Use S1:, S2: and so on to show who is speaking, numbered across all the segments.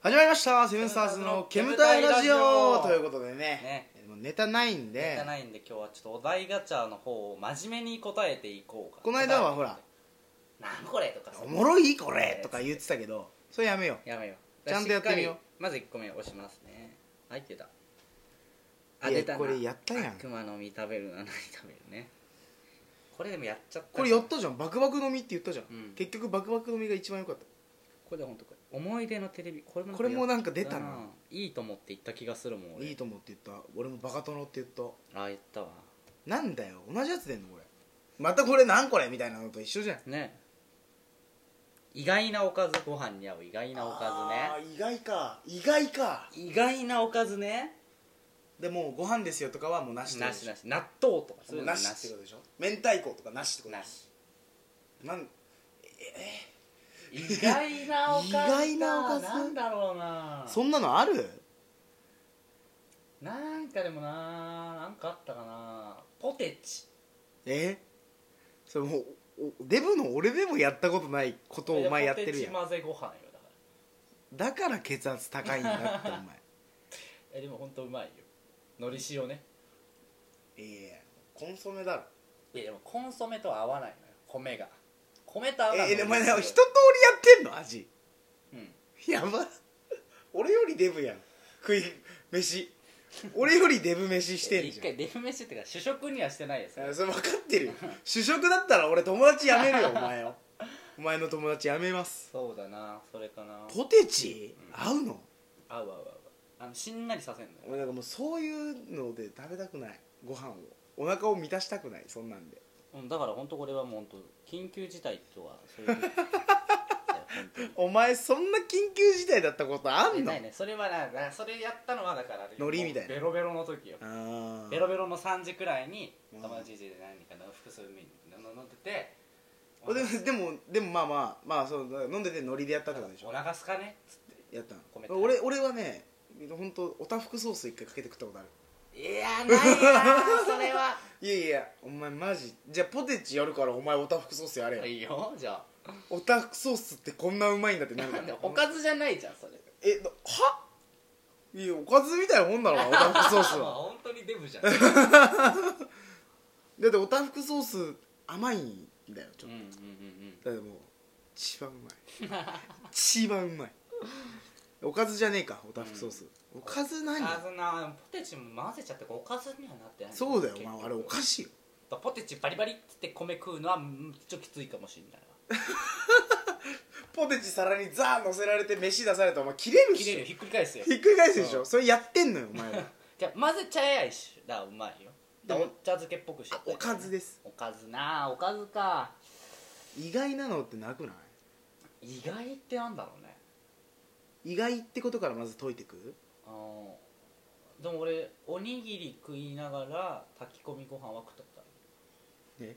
S1: 始まりましたセブンスターズの煙たいラジオということでね
S2: ね
S1: もうネタないん
S2: ネ
S1: で
S2: タないんで今日はちょっとお題ガチャの方を真面目に答えていこうか
S1: この間はほら
S2: 「なんこれ?」とか
S1: 「おもろいこれ!」とか言ってたけどそれやめよ
S2: やめよう
S1: ちゃんとやってみよう
S2: しかりまず1個目押しますねはい出た
S1: いやこれやったやん
S2: 悪魔の実食べるな何食べるねこれでもやっちゃった
S1: これやったじゃんバクバク飲みって言ったじゃん、
S2: うん
S1: 結局バクバク飲みが一番良かった
S2: これで本当これ思い出のテレビこれも
S1: これもなんか出
S2: やった
S1: ない
S2: いと思って言った気がするもん俺
S1: いいと思って言った俺もバカ殿って言った
S2: ああ言ったわ
S1: なんだよ同じやつ出んのこれまたこれなんこれみたいなのと一緒じゃん
S2: ね意外なおかずご飯に合う意外なおか
S1: ずね意外か意外か
S2: ずね意外なおかずね
S1: でもうご飯ですよとかはもうなしってこと
S2: な
S1: で
S2: し
S1: しょ
S2: なし納豆とかそう
S1: も
S2: いう
S1: う
S2: の
S1: なしってことでしょ明太子とかなしってこと
S2: なし
S1: なん
S2: 意外なおかずか
S1: 意外なおかず
S2: なんだろうな
S1: そんなのある
S2: なんかでもななんかあったかなポテチ
S1: えそれもうおデブの俺でもやったことないことをお前やってるやん
S2: ポテチ混ぜご飯よだから
S1: だから血圧高いんだってお前
S2: えでも本当うまいよのり塩ね
S1: いやいやコンソメだろ
S2: いやでもコンソメとは合わないのよ米が米と合わない
S1: ええお前
S2: の
S1: 一
S2: よ
S1: 通りやってんの味
S2: うん
S1: やば俺よりデブやん食い飯俺よりデブ飯してん
S2: 一
S1: じゃん
S2: 回デフ飯っていうか主食にはしてないです
S1: あそれ分かってるよ主食だったら俺友達やめるよお前をお前の友達やめます
S2: そうだなそれかな
S1: ポテチ合うの
S2: 合う合う合うあのしんなりさせんのよ
S1: 俺なんかもうそういうので食べたくないご飯をお腹を満たしたくないそんなんで
S2: うんだから本当これはもう本当緊急事態とはそ ういういや本当に
S1: お前そんな緊急事態だったことあんの
S2: ないねそれはななそれやったのはだから
S1: ノリみたいな
S2: ベロベロの時よ
S1: あー
S2: ベロベロの3時くらいに
S1: うん
S2: 友達で何人かの複数メニュー飲んでて
S1: でもでもでもまあまあまあそう飲んでてノリでやったってことでし
S2: お
S1: ょ
S2: 腹すかねつって
S1: やったの
S2: ごめん
S1: 俺俺はね本当おたふくソース一回かけて食ったことある
S2: いやないなーそれはい
S1: やいやお前マジじゃあポテチやるからお前おたふくソースやれよ
S2: いいよじゃ
S1: おたふくソースってこんなうまいんだってな
S2: あ
S1: る
S2: な
S1: か
S2: んで
S1: ら
S2: おかずじゃないじゃんそれ
S1: えなはいやおかずみたいなもんだろおたふくソース
S2: まあ
S1: は
S2: 本当にデブ じゃん
S1: だっておたふくソース甘いんだよちょ
S2: う
S1: っ
S2: んうんうんうん
S1: とだってもう一番うまい一番うまい おかずじゃねえかおたふくソース、おかず何
S2: おかずなポテチも混ぜちゃっておかずにはなってない
S1: そうだよお
S2: 結局
S1: 前あれおかしいよ
S2: ポテチバリバリっつって米食うのはうんちょっときついかもしれないわ
S1: ポテチ皿にザー乗せられて飯出されたらお前切れるっしょ
S2: 切れるひっくり返すよ
S1: ひっくり返すでし
S2: う
S1: ょそれやってんのよお前 は
S2: じゃあ混ぜちゃえやいしだからうまいよ
S1: で
S2: だ
S1: も
S2: からお茶漬けっぽくしちゃったり
S1: おかずです
S2: おかずなあおかずか
S1: 意外なのってなくない
S2: 意外ってなんだろうね
S1: 意外ってことからまず解いてく
S2: あのでも俺おにぎり食いながら炊き込みご飯は食ったことある
S1: ね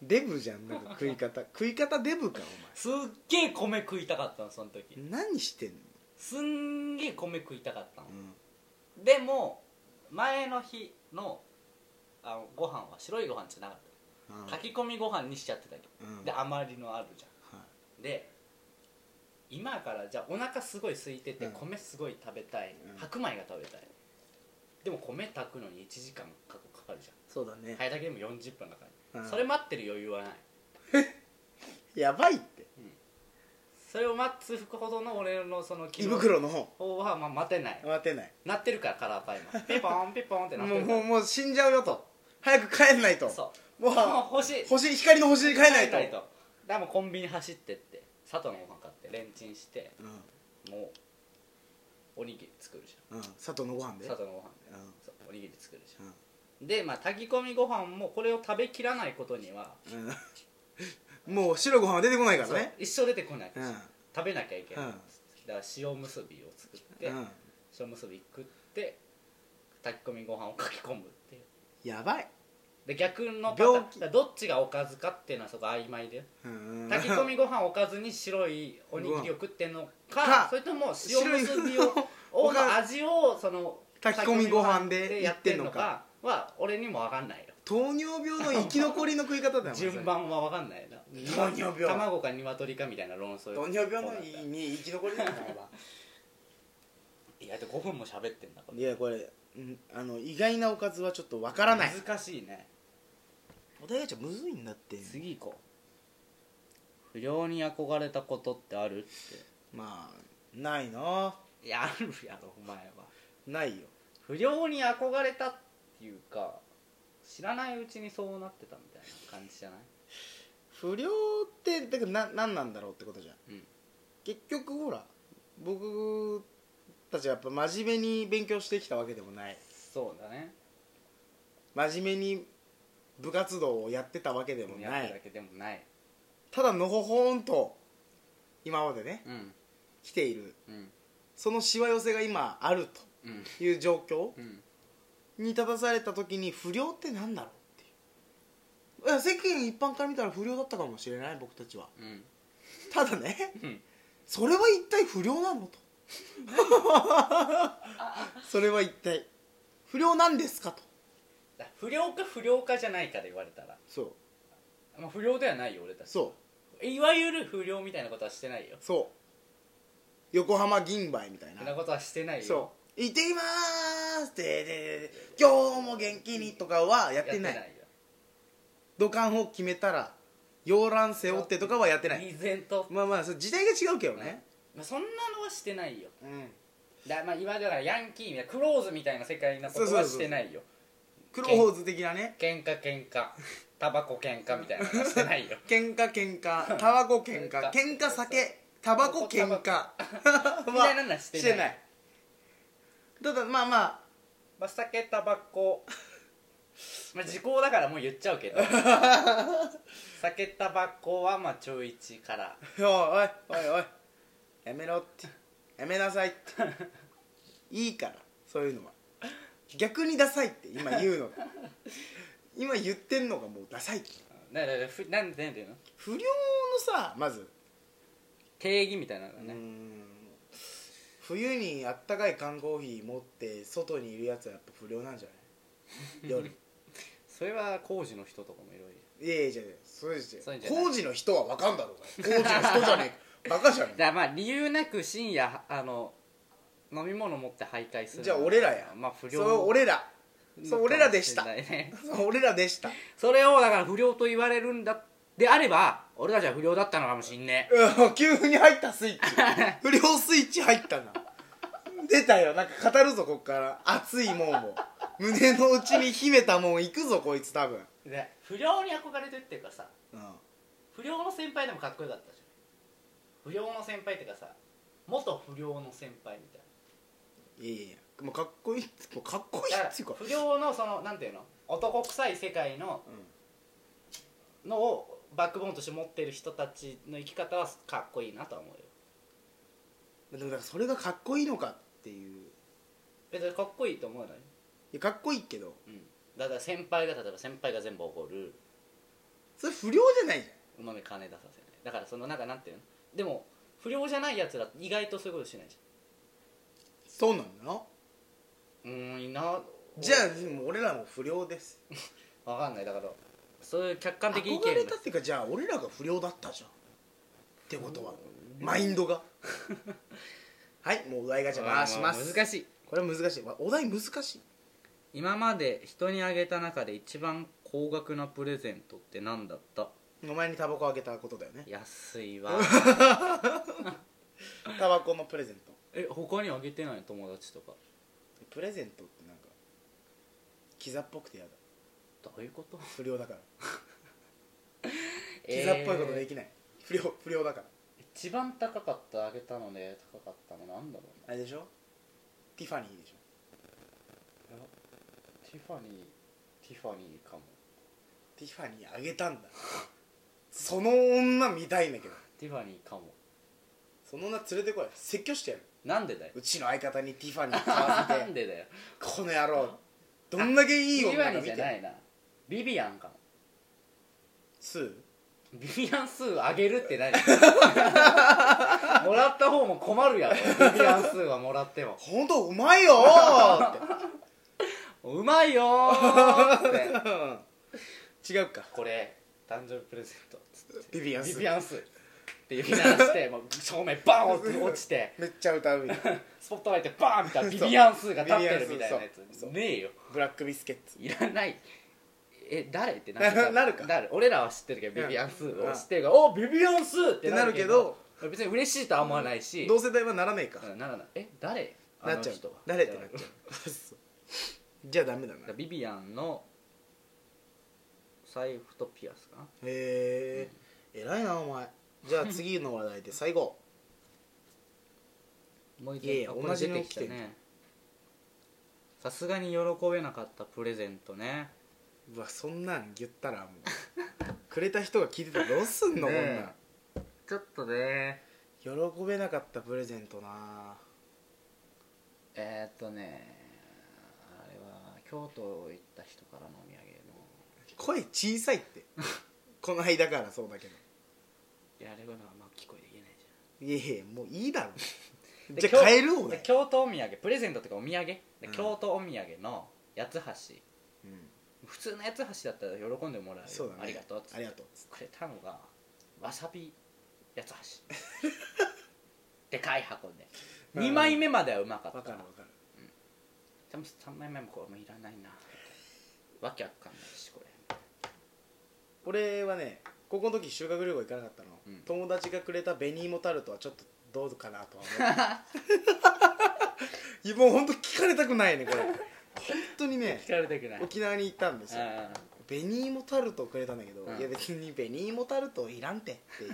S1: デブじゃんなんか食い 方食い方デブか
S2: すっげえ米食いたかったのその
S1: お
S2: 時
S1: 前何してんの、
S2: すんげえ米食いたかったの
S1: うん
S2: でも前の日のあのご飯は白いご飯じゃなかった
S1: はい
S2: 炊き込みご飯にしちゃってたけど
S1: うん
S2: で余りのあるじゃん
S1: はい
S2: で今からじゃあお腹すごい空いてて、
S1: うん
S2: 米すごい食べたい、
S1: うん
S2: 白米が食べたいでも米炊くのに1時間かかかるじゃ
S1: そうだね
S2: ん、早炊きでも40分かかる、
S1: うん
S2: それ待ってる余裕はない
S1: やばいって
S2: それを待つほどの俺のその
S1: 胃袋の方
S2: 方はまあ待てない
S1: 待てない
S2: 鳴ってるからカラーパイも ピポンピポンって鳴って
S1: もう
S2: るか
S1: もうもう死んじゃうよと早く帰んないと
S2: らそう
S1: もう
S2: もう星
S1: 星光の星に帰んないと
S2: だからもうコンビニ走ってって佐藤のご飯買ってレンチンして
S1: うん
S2: もうおにぎり作るじ
S1: うん佐藤のご飯
S2: ゃん
S1: で
S2: 佐藤のご飯
S1: うん
S2: そうおにぎり作るじゃん、
S1: うん
S2: でまあ炊き込みご飯もこれを食べきらないことには、
S1: うんもう白ご飯は出てこないから
S2: そう
S1: ね
S2: 一生出てこない、
S1: うん
S2: 食べなきゃいけない、
S1: うん
S2: だから塩むすびを作って、
S1: うん
S2: 塩むすび食って炊き込みご飯をかき込むっていう
S1: やばい
S2: で逆のパタ
S1: 病気
S2: ーンだからどっちがおかずかっていうのはそこ曖昧で、
S1: うん
S2: 炊き込みご飯おかずに白いおにぎりを食ってんのか、
S1: か
S2: それとも塩むすびを
S1: お
S2: を
S1: か
S2: の味をその
S1: 炊き込みご飯でやってんのか
S2: は俺にも分かんないよ
S1: 糖尿病の生き残りの食い方だよ
S2: 順番は分かんないな
S1: 糖尿病
S2: 卵か鶏かみたいな論争
S1: 糖尿病のに生き残りなんだよ
S2: 意外と5分も喋ってんだこ
S1: いやこれ、うん、あの意外なおかずはちょっとわからない
S2: 難しいね
S1: お題がちょっとむずいんだって
S2: 次行こう不良に憧れたことってあるっ
S1: まあないな
S2: ていやあるやろお前は
S1: ないよ
S2: 不良に憧れたっていうか知らないうちにそうなってたみたいな感じじゃない
S1: 不良ってだからな何なんだろうってことじゃん、
S2: うん
S1: 結局ほら僕たちはやっぱ真面目に勉強してきたわけでもない
S2: そうだね
S1: 真面目に部活動をやってたわけでも
S2: や
S1: な
S2: ってるだ
S1: い
S2: けでもない
S1: ただのほほんと今までね
S2: うん
S1: 来ている
S2: うん
S1: そのしわ寄せが今ある
S2: うん
S1: という状況
S2: うん
S1: に立たされた時に不良って何だろうっていういや世間一般から見たら不良だったかもしれない僕たちは
S2: うん
S1: ただね
S2: うん
S1: それは一体不良なのと それは一体不良なんですかと
S2: だ不良か不良かじゃないかで言われたら、
S1: そう
S2: まあ、不良ではないよ俺たち
S1: そう
S2: いわゆる不良みたいなことはしてないよ
S1: そう横浜銀杯みたい
S2: そんな
S1: な
S2: ことはしてないよ
S1: そう「行ってきまーす」ででで「今日も元気に」とかはや
S2: や
S1: っ
S2: ってて
S1: な
S2: ないい
S1: 土管を決めたら洋蘭背負ってとかはやってない
S2: よ依然と、
S1: まあまあそれ時代が違うけどね
S2: まあ、そんなのはしてないよ
S1: うん
S2: だまあ今だからヤンキーみたいなクローズみたいな世界なことはしてないよ
S1: クローズ的なね
S2: 喧嘩喧嘩タバコ喧嘩みたいなのはしてないよ
S1: 喧嘩喧嘩タバコ喧嘩喧嘩酒タバコ喧嘩 は
S2: みたいなのはしてな
S1: し
S2: い
S1: てないただまあまあ
S2: まあ酒タバコまあ時効だからもう言っちゃう けど酒タバコはまあ中1から
S1: いやおいおいおいやめろってやめなさいっていいからそういうのは逆にダサいって今言うのが今言ってんのがもうダサいって
S2: だからふなんてなんていうの
S1: 不良のさまず
S2: 定義みたいなのが
S1: うー
S2: ね、
S1: ん冬にあったかい缶コーヒー持って外にいるやつはやっぱ不良なんじゃない夜
S2: それは工事の人とかもいろい
S1: いやいやいやいやそうですよ
S2: そうじゃない
S1: 工事の人は分かんだろうが工事の人じゃねえかバカじゃね
S2: ろ
S1: えか
S2: だからまあ理由なく深夜あの飲み物持って徘徊する
S1: じゃあ俺らや
S2: まあ不
S1: そ
S2: 良
S1: う俺らそう俺らでした
S2: かもれないね
S1: そう俺らでした
S2: それをだから不良と言われるんだであれば俺たちは不良だったのかもしんね
S1: うん急に入った スイッチ不良スイッチ入ったな出たよなんか語るぞこっから熱いもんを胸の内に秘めたもんいくぞこいつ多分、
S2: えで不良に憧れてっていうかさ
S1: うん、
S2: 不良の先輩でもかっこよかったじゃん不良の先輩っていうかさ元不良の先輩みた
S1: い
S2: い
S1: やいやいやもうかっこいいもうかっこいい
S2: なだから
S1: っていうか
S2: 不良のそのなんていうの男臭い世界の
S1: う
S2: のをバックボーンとして持ってる人たちの生き方はかっこいいなとは思う
S1: ん
S2: よ
S1: でもだからそれがかっこいいのかっていうい
S2: 別にかっこいいと思わない、
S1: やかっこいいけど
S2: うん、だから先輩が例えば先輩が全部怒る
S1: それ不良じゃないじ
S2: うまみ金出させないだからそのなんかなんていうのでも不良じゃないやつら意外とそういうことしないじ
S1: ゃんそうなの
S2: ゃんうーんいいな
S1: じゃあもう俺らも不良です
S2: あ分かんないだからそういう客観的意見
S1: 憧れたっていうかじゃあ俺らが不良だったじゃんってことはマイン ドがはいもうお題がじゃあ回します
S2: 難しい
S1: これは難しいわお題難しい
S2: 今まで人にあげた中で一番高額なプレゼントって何だった
S1: お前にタバコあげたことだよね
S2: 安いわ
S1: タバコのプレゼント
S2: え他にあげてない友達とか
S1: プレゼントってなんかキザっぽくてやだ
S2: どういうこと
S1: 不良だからキザっぽいことできない、不良不良だから
S2: 一番高かったあげたので高かったのなんだろう
S1: あれでしょティファニーでしょ
S2: なティファニーティファニーかも
S1: ティファニーあげたん だその女見たいんだけど
S2: ティファニーかも
S1: その女連れてこい説教してやる
S2: なんでだよ
S1: うちの相方にティファニー買わ
S2: な
S1: せ
S2: ん
S1: て
S2: でだよ
S1: この野郎どんだけいい
S2: ティフ
S1: 女
S2: ァニ
S1: か
S2: ー
S1: 見
S2: じゃ
S1: て
S2: ないなビビアンかも
S1: スー
S2: ビビアン数あげるって 何もらった方も困るやろビビアン数はもらっても
S1: 本当うまいよーって
S2: うまいよーって
S1: 違うか
S2: これ誕生日プレゼントつって
S1: ビビアンス
S2: ビビアン数っていう避難 してもう照明バン落落ちて
S1: めっちゃ歌う みたいな
S2: スポットライトバーンみたいなビビアンスーが立ってるみたいな
S1: ビ
S2: や
S1: ビアンスー
S2: つ
S1: そう
S2: ねえよ
S1: ブラックビスケッツ
S2: いらないえ誰ってなっちゃ う
S1: なるか
S2: なる俺らは知ってるけど
S1: うん
S2: ビビアンスーを知ってるから「おビビアンスー!」ってなるけど
S1: っ
S2: 別に嬉しいとは思わないし
S1: 同世代はならねえか、
S2: うんならないえ誰あ
S1: な
S2: の
S1: っちゃう
S2: 人は
S1: 誰ってなっちゃ うそうじゃあダメだな
S2: だから
S1: へ
S2: ビビアンの財布とピアスかな
S1: え偉いなお前じゃあ次の話題で最 後
S2: もう一
S1: いやいや
S2: あこれ
S1: 同じの
S2: 出てきた
S1: 着て
S2: ねさすがに喜べなかったプレゼントね
S1: うわそんなん言ったらもうくれた人が聞いてたらどうすんの、
S2: ねちょっとね
S1: こんなん喜べなかったプレゼントな
S2: えー、っとねあれは京都行った人からのお土産の
S1: 声小さいってこの間からそうだけど
S2: いやあれはまあ聞こえていけないじ
S1: いやいやもういいだろ
S2: ゃん
S1: じゃ
S2: で
S1: あ帰る方だ
S2: で
S1: よ、
S2: 京都お土産プレゼントとかお土産で
S1: うん
S2: 京都お土産の八つ橋
S1: うん
S2: 普通の八つ橋だったら喜んでもらえる
S1: そうだね
S2: ありがとうっつっ
S1: あ
S2: て
S1: りがとう
S2: くれたのがわさび八つ橋 でかい箱で
S1: うん
S2: 2枚目まではうまかった
S1: わかるわかる
S2: でも3枚目もこれもういらないなわけわかんないしこれ
S1: 俺はね高校の時修学旅行行かなかったの、
S2: うん
S1: 友達がくれた紅芋タルトはちょっとどうかなとは思っ ていやもう本当聞かれたくないねこれ本当にね
S2: 聞かれたくない
S1: 沖縄に行ったんですよ
S2: う
S1: 紅芋タルトをくれたんだけど、
S2: うん
S1: いや別に紅芋タルトいらんてっていう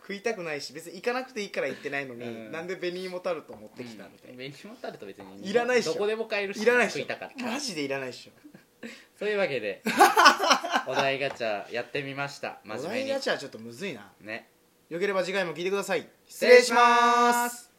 S1: 食いたくないし別に行かなくていいから行ってないのに、
S2: うん
S1: なんで紅芋タルト持って
S2: ん
S1: きたみたいな、
S2: ベニモタルト別に
S1: いらないっしょ
S2: どこでも買えるし
S1: いらないっ
S2: 食
S1: し
S2: いたかっ
S1: ょ
S2: た
S1: マジでいらないっしょ
S2: そういうわけでお題ガチャやってみました
S1: お
S2: 真面
S1: 題
S2: 目
S1: ガチャはちょっとむずいな
S2: にね
S1: よければ次回も聞いてください失礼します